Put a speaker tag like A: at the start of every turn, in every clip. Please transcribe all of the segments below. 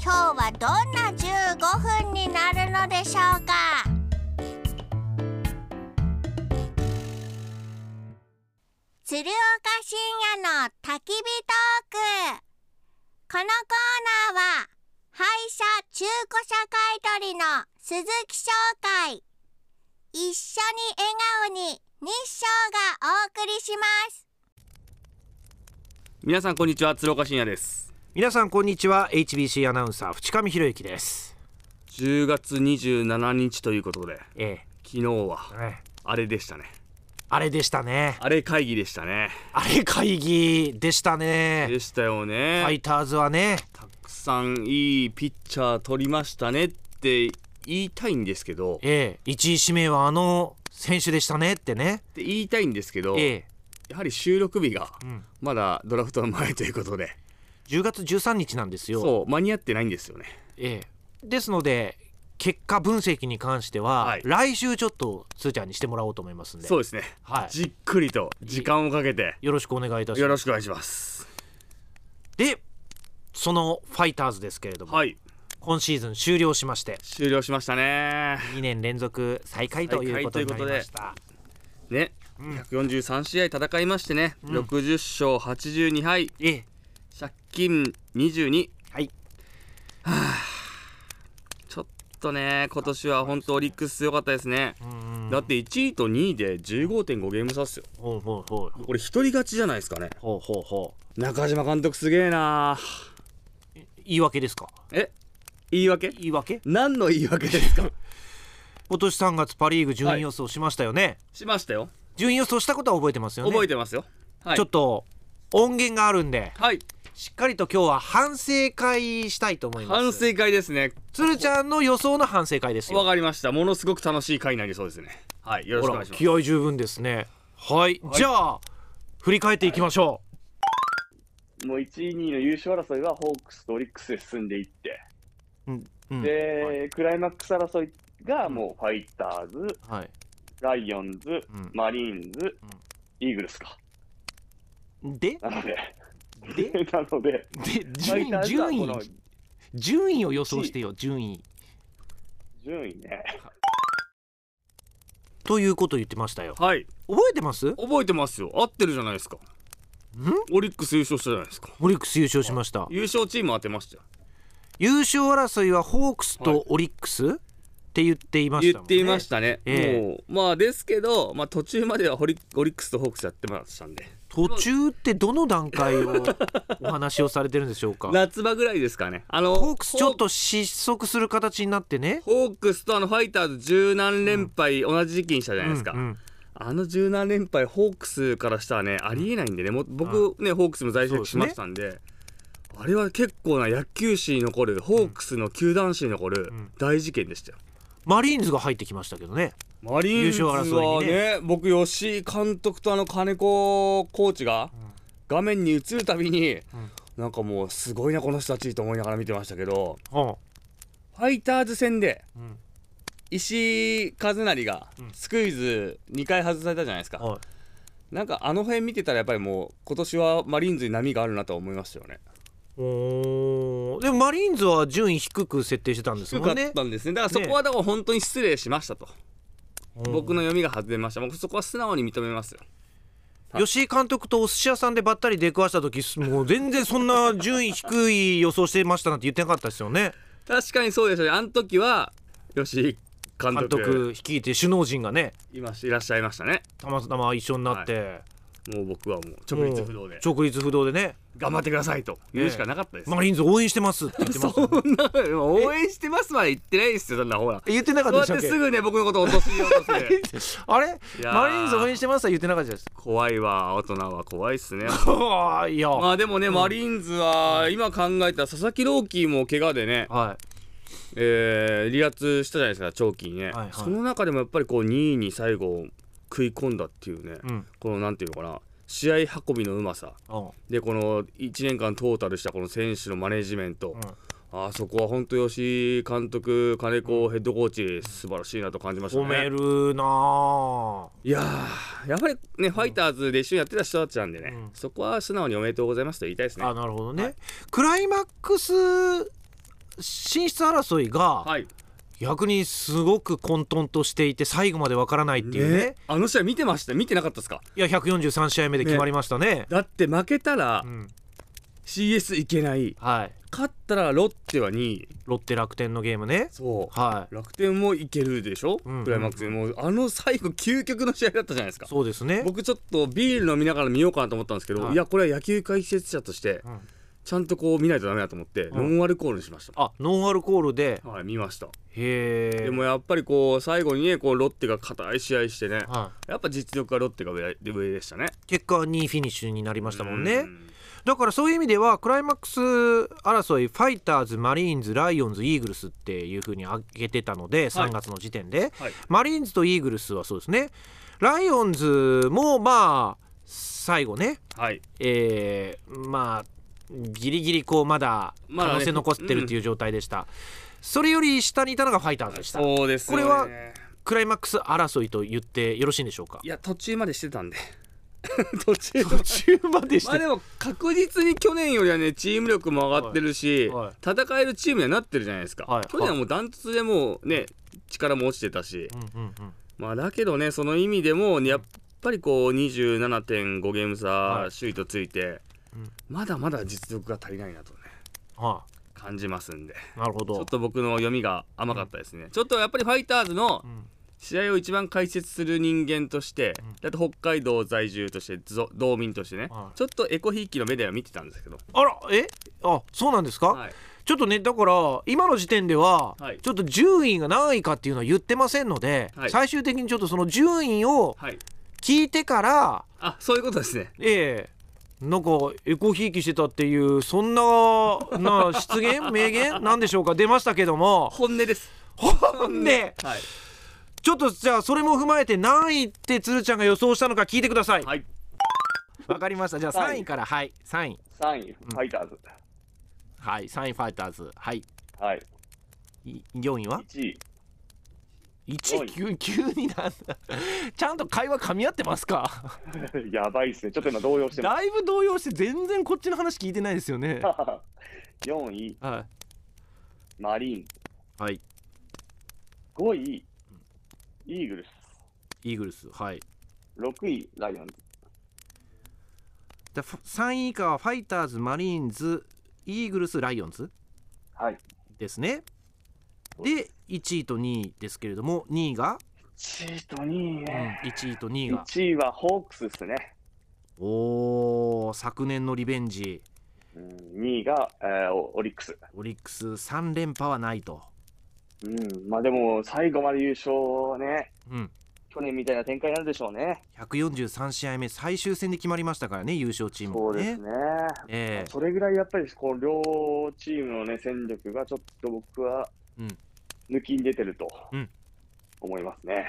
A: 今日はどんな15分になるのでしょうか鶴岡深夜の焚き火トークこのコーナーは廃車中古車買取の鈴木商会一緒に笑顔に日照がお送りします
B: 皆さんこんにちは鶴岡深夜です
C: 皆さんこんにちは HBC アナウンサー淵上博之です
B: 10月27日ということで
C: え
B: 昨日
C: え
B: は
C: ね
B: あれでしたね
C: あれでしたね
B: あれ会議でしたね
C: あれ会議でしたね
B: でしたよね、
C: ファイターズはね
B: たくさんいいピッチャー取りましたねって言いたいんですけどっ
C: ええ1位指名はあの選手でしたねってね
B: て言いたいんですけど、
C: ええ
B: やはり収録日が
C: ん
B: まだドラフトの前ということで、
C: 10月13日なんですよ
B: そう間に合ってないんですよね
C: ええですので結果分析に関しては、
B: はい
C: 来週ちょっとつーちゃんにしてもらおうと思いますんで
B: そうですね、
C: はい
B: じっくりと時間をかけて
C: よろしくお願いいたし
B: よ
C: ま
B: ろ
C: す
B: しくお願いします
C: でそのファイターズですけれども、
B: はい
C: 今シーズン終了しまして
B: 終了しましたね
C: 2年連続最下位ということになりました
B: ね、143試合戦いましてね、60勝82敗
C: ええ
B: 借金22
C: はい
B: ちょっとね今年は本当オリックス強かったですねだって1位と2位で15.5ゲーム差っすよ
C: ほうほうほう
B: これ一人勝ちじゃないですかね
C: ほうほうほ
B: 中島監督すげえな
C: う言い訳ですか
B: え言い訳
C: 言い訳
B: 何の言い訳ですか
C: 今年3月パ・リーグ順位予想しましたよね、
B: しましたよ
C: 順位予想したことは覚えてますよね
B: 覚えてますよはい
C: ちょっと音源があるんで
B: はい
C: しっかりと今日は反省会したいと思います
B: 反省会ですね
C: 鶴ちゃんの予想の反省会です
B: わ
C: よ
B: かりましたものすごく楽しい回になりそうですねはいよろしくお願いします
C: 気合十分ですねはい、じゃあ振り返っていきましょう
B: もう1位、2位の優勝争いはホークスとオリックスで進んでいって、
C: うんうん
B: で、
C: は
B: クライマックス争いがもうファイターズ、
C: はい
B: ライオンズ、
C: ん
B: マリーンズ、イーグルスか。
C: で
B: なので、
C: で
B: なので、 フ
C: で
B: ァイ
C: 順
B: ター
C: 位
B: ズは
C: 順
B: こ
C: 位
B: の
C: 順位を予想してよ順位
B: 順位ね。
C: ということを言ってましたよ
B: はい、
C: 覚えてます
B: 覚えてますよ。合ってるじゃないですか。オリックス優勝したじゃないですか。
C: オリックス優勝しました
B: 優勝チーム当てましたよ。
C: 優勝争いはホークス
B: はい
C: とオリックス、って言っていました
B: 言
C: も
B: っ
C: んね
B: ていましたね。
C: ええ
B: もう、まあですけど、まあ途中まではホリオリックスとホークスやってましたんで、
C: 途中ってどの段階 をお話をされてるんでしょうか
B: 夏場ぐらいですかね。あの、
C: ホークスちょっと失速する形になってね
B: ホークスとあのファイターズ十何連敗同じ時期にしたじゃないですか、
C: うんうん
B: あの十何連敗ホークスからしたらねありえないんでねもう僕ねホークスも在籍しましたんであれは結構な野球史に残るホークスの球団史に残る大事件でしたよ、
C: マリーンズが入ってきましたけどね
B: マリーンズ
C: 優勝争
B: はいね
C: に
B: 僕吉井監督とあの金子コーチが画面に映るたびに、なんかもうすごいなこの人たちと思いながら見てましたけど
C: は
B: ファイターズ戦で
C: あ、うん
B: 石井和成がスクイズ2回外されたじゃないですか、
C: はい、
B: なんかあの辺見てたらやっぱりもう今年はマリーンズに波があるなとは思いましたよね
C: おーでもマリーンズは順位低く設定してたんです
B: 低
C: も
B: かっ
C: んね
B: たんですねだからそこはだから本当に失礼しましたと、僕の読みが外れました僕そこは素直に認めますよ
C: 吉井監督とお寿司屋さんでばったり出くわした時もう全然そんな順位低い予想してましたなんて言ってなかったですよね
B: 確かにそうでしたねあの時は吉井監
C: 監
B: 督
C: 督率いて首脳陣がね
B: いましいらっしゃいましたね
C: たまたま一緒になって、
B: もう僕はもう直立不動で
C: 直立不動でね
B: 頑張ってくださいと言うしかなかったです、
C: マリーンズ応援してますって言ってました、
B: そんな応援してますまで言ってないですよそんなほら
C: 言ってなか
B: そ
C: っ
B: う
C: た
B: や
C: で
B: っす
C: したってけ
B: ぐね僕のこと落としよう として
C: あれ
B: いやー
C: マリーンズ応援してますは言ってなかったです
B: 怖いわ大人は怖いっす ね
C: はあいや、
B: まあでもね、マリーンズは今考えたら佐々木朗希も怪我でね
C: は
B: えー離脱したじゃないですか長期にね、
C: いはい
B: その中でもやっぱりこう2位に最後食い込んだっていうね、
C: うん
B: このなんていうのかな試合運びのうまさ
C: おう
B: でこの1年間トータルしたこの選手のマネジメント、あーそこは本当吉井監督金子ヘッドコーチ素晴らしいなと感じましたね
C: 褒めるなあ
B: いやーやっぱりねファイターズで一緒にやってた人たちなんでね、
C: うん
B: そこは素直におめでとうございますと言いたいですね
C: あなるほどね、クライマックス進出争いが、
B: はい
C: 逆にすごく混沌としていて最後までわからないっていうね
B: ねあの試合見てました見てなかったですか
C: いや143試合目で決まりましたね
B: だって負けたら
C: うん、
B: CS いけない
C: はい
B: 勝ったらロッテは2位
C: ロッテ楽天のゲームね
B: そう
C: はい
B: 楽天もいけるでしょ、
C: うん
B: クライマックスでもうあの最後究極の試合だったじゃないですか
C: そうですね
B: 僕ちょっとビール飲みながら見ようかなと思ったんですけど、
C: はい
B: い、やこれは野球解説者として
C: うん
B: ちゃんとこう見ないとダメだと思って、
C: ん
B: ノンアルコールにしまし
C: あノンアルコールで
B: たはい見ました
C: へえ
B: でもやっぱりこう最後にねこうロッテが硬い試合してね
C: は
B: やっぱ実力はロッテが上上でしたね
C: い、結果は2位フィニッシュになりましたもんね、
B: うん
C: だからそういう意味ではクライマックス争いファイターズマリーンズライオンズイーグルスっていう風に挙げてたので3月の時点で、
B: はい
C: マリーンズとイーグルスはそうですねライオンズもまあ最後ね
B: はい
C: えーまあギリギリこうまだ
B: まだ
C: 可
B: ね
C: 能性残ってるっていう状態でした、それより下にいたのがファイターズでした
B: そうですよね
C: これはクライマックス争いと言ってよろしいんでしょうか
B: いや途中までして たんで途中
C: 途中までし
B: まあ
C: て
B: でも確実に去年よりはねチーム力も上がってるし、
C: はい
B: 戦えるチームにはなってるじゃないですか、
C: はい
B: 去年はもうダントツでもうね力も落ちてたし、
C: うんうんうん
B: まあだけどねその意味でもやっぱりこう27.5ゲーム差、
C: はい
B: 首位とついて、
C: うん
B: まだまだ実力が足りないなとね
C: は
B: 感じますんで
C: いなるほ
B: ち
C: ど
B: ょっと僕の読みが甘かったですね、ちょっとやっぱりファイターズの
C: うん
B: 試合を一番解説する人間として、だって北海道在住としてぞ道民としてね、
C: はい
B: ちょっとエコひいきの目では見てたんですけど、
C: あらえあそうなんですか、
B: はい、
C: ちょっとねだから今の時点では、
B: はい
C: ちょっと順位が何位かっていうのは言ってませんので、
B: はい
C: 最終的にちょっとその順位を
B: はい。
C: 聞いてから
B: あ、そういうことですね。
C: ええなんかエコひいきしてたっていうそんなな失 言名言なんでしょうか出ましたけども
B: 本音です。
C: ほんで
B: はい。
C: ちょっとじゃあそれも踏まえて何位ってつるちゃんが予想したのか聞いてくださいわ、
B: はい。
C: かりましたじゃあ
D: はい
C: 3位からはい3位
D: 三位、ファイターズ。
C: はい3位ファイターズはい
D: はい。
C: 4位は
D: 1位。
C: 1
D: お
C: 位
D: い
C: 急急になんだ ちゃんと会話噛み合ってますか
D: やばいっすね。ちょっと今動揺してま
C: だいぶ動揺して全然こっちの話聞いてないですよ ね
D: す。4位、
C: は
D: マリーンズ。
C: い、はい、
D: 5位、イーグルス。
C: イーグルスはい
D: 6位、ライオンズ。
C: だ3位以下はファイターズマリーンズイーグルスライオンズ
D: はい。
C: ですねで1位と2位ですけれども2位が、
D: 1位と2位
C: うん、
D: ね。
C: 1位と2位が
D: 1位はホークスですね。
C: おー昨年のリベンジ
D: うん、2位が、えーオオリックス。
C: オリックス3連覇はないと、
D: うん。まあでも、最後まで優勝はね、
C: うん、
D: 去年みたいな展開になるでしょうね。
C: 143試合目最終戦で決まりましたからね優勝チーム
D: そう
C: ね
D: ですね。
C: ええ
D: それぐらいやっぱりこう両チームの、ね、戦力がちょっと僕は
C: うん
D: 抜きに出てると
C: うん
D: 思いますね。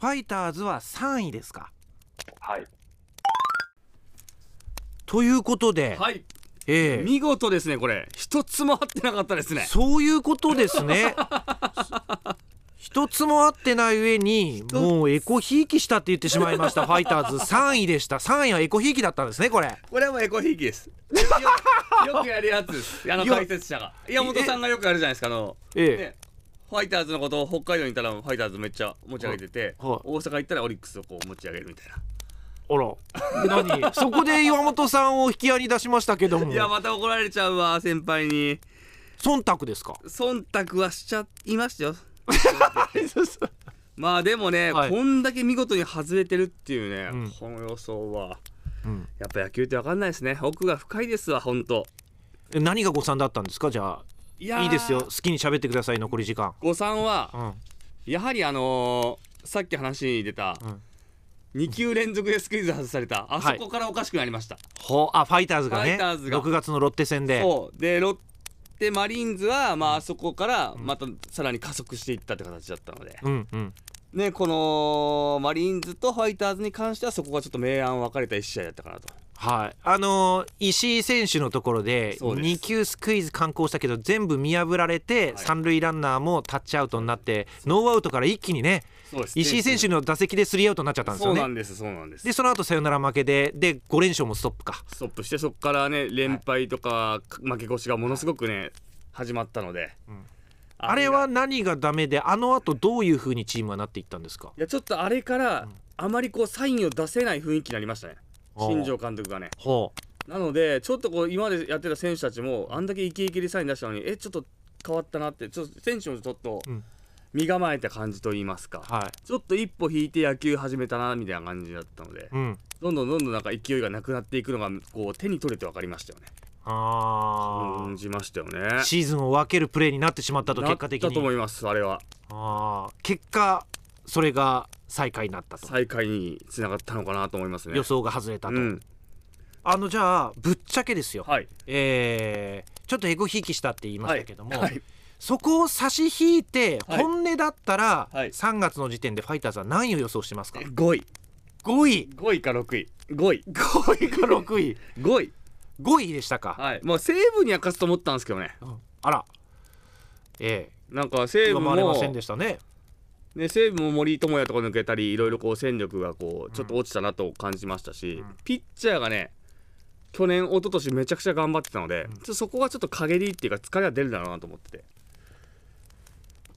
C: ファイターズは3位ですか
D: はい、
C: ということで、
B: はい。
C: ええ
B: 見事ですね、これ。一つも合ってなかったですね。
C: そういうことですね一つも合ってない上にもうエコひいきしたって言ってしまいましたファイターズ3位でした3位はエコひいきだったんですねこれ
B: これはもうエコひいきです。 よよくやるやつです。あの
C: いや
B: 解説者が。山本さんがよくやるじゃないですか。あの、
C: ええ
B: ね、ファイターズのことを北海道にいたらファイターズめっちゃ持ち上げてて、
C: はいはい
B: 大阪行ったらオリックスをこう持ち上げるみたいな。
C: あら何そこで岩本さんを引き合いに出しましたけども
B: いや、また怒られちゃうわ、先輩に。
C: 忖度で すか
B: 忖度はしちゃいましたよ。まあでもね、
C: はい
B: こんだけ見事に外れてるっていうね、
C: うん
B: この予想は、
C: うん
B: やっぱ野球って分かんないですね奥が深いですわ本当
C: 何が誤算だったんですかじゃ
B: い
C: あいいですよ好きに喋ってください残り時間
B: 誤算は
C: うん
B: やはりあのーさっき話に出た、
C: うん
B: 二2球連続でスクイズ外されたあそ
C: はい
B: こからおかしくなりました、
C: ほあファイターズが
B: ファ
C: ね
B: イターズが
C: 6月のロッテ戦で
B: そうでロッでマリーンズはまああそこからまたさらに加速していったって形だったので、
C: うんうん
B: ね、このマリーンズとファイターズに関してはそこがちょっと明暗分かれた1試合だったかなと
C: はい、あのー石井選手のところで
B: そうです
C: 2球スクイズ敢行したけど全部見破られて
B: はい
C: 三塁ランナーもタッチアウトになってノーアウトから一気にね
B: そうです
C: 石井選手の打席でスリーアウトになっちゃったんです
B: そ
C: よ
B: うなん
C: ね。
B: ですそうなんです
C: でその後サヨナラ負けでで5連勝もストップか。
B: ストップしてそこからね連敗とか負け越しがものすごくね始まったので、
C: んあれは何がダメであの後どういう風にチームはなっていったんですか
B: いやちょっとあれからあまりこうサインを出せない雰囲気になりましたね
C: あー
B: 新庄監督がね
C: ほ
B: なのでちょっとこう今までやってた選手たちもあんだけイケイケでサイン出したのにえちょっと変わったなってちょっと選手もちょっと
C: うん
B: 身構えた感じといいますか、
C: うはい
B: ちょっと一歩引いて野球始めたなみたいな感じだったので、
C: うん、
B: どんどんどんどんなんか勢いがなくなっていくのがこう手に取れて分かりましたよね
C: あ
B: 感じましたよね
C: ーシーズンを分けるプレーになってしまったと結果的
B: なったと思
C: に
B: いますあれは
C: あー結果それが最下位になったと
B: 再開につながったのかなと思いますね
C: 予想が外れたと、
B: うん
C: あのじゃあぶっちゃけですよ、
B: はい
C: えーちょっとエゴひいきしたって言いましたけども、
B: はい
C: そこを差し引いて
B: はい
C: 本音だったら、
B: はい
C: 3月の時点でファイターズは何位を予想してますか
B: 5位
C: 5位
B: 5位か6位5位
C: 5位か6位
B: 5位
C: 5位でしたか、
B: はいもう西武には勝つと思ったんですけどね
C: うんあらえ
B: なんか
C: え
B: 西武
C: 上回れま
B: も
C: せんでしたね
B: ね、西武も森友哉とか抜けたりいろいろこう戦力がこうちょっと落ちたなと感じましたし、ピッチャーがね去年一昨年めちゃくちゃ頑張ってたので、ちょっとそこはちょっと陰りっていうか疲れは出るだろうなと思ってて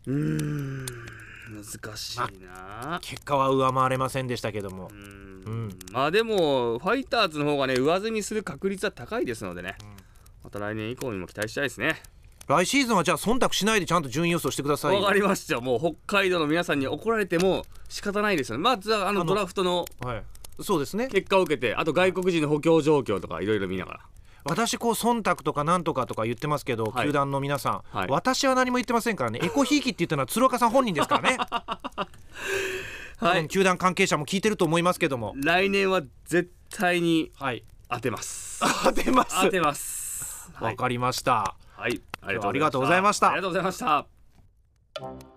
B: うーん難しいな
C: 結果は上回れませんでしたけども
B: う、
C: うんん
B: まあでもファイターズの方がね上積みする確率は高いですのでね、また来年以降にも期待したいですね
C: 来シーズンはじゃあ忖度しないでちゃんと順位予想してくださいよ
B: わかりましたもう北海道の皆さんに怒られても仕方ないですよねまずはあ
C: あ
B: の
C: の
B: ドラフトの
C: はい、そうですね
B: 結果を受けてあと外国人の補強状況とかいろいろ見ながら
C: 私こう忖度とかなんとかとか言ってますけど、
B: はい
C: 球団の皆さん、
B: はい
C: 私は何も言ってませんからねエコひいきって言ったのは鶴岡さん本人ですから ね、
B: は
C: うん球団関係者も聞いてると思いますけども
B: 来年は絶対に
C: はい
B: 当てます
C: 当てま
B: 当てます
C: わかりました、
B: はい、はい、
C: 今日はありがとうございました
B: ありがとうございました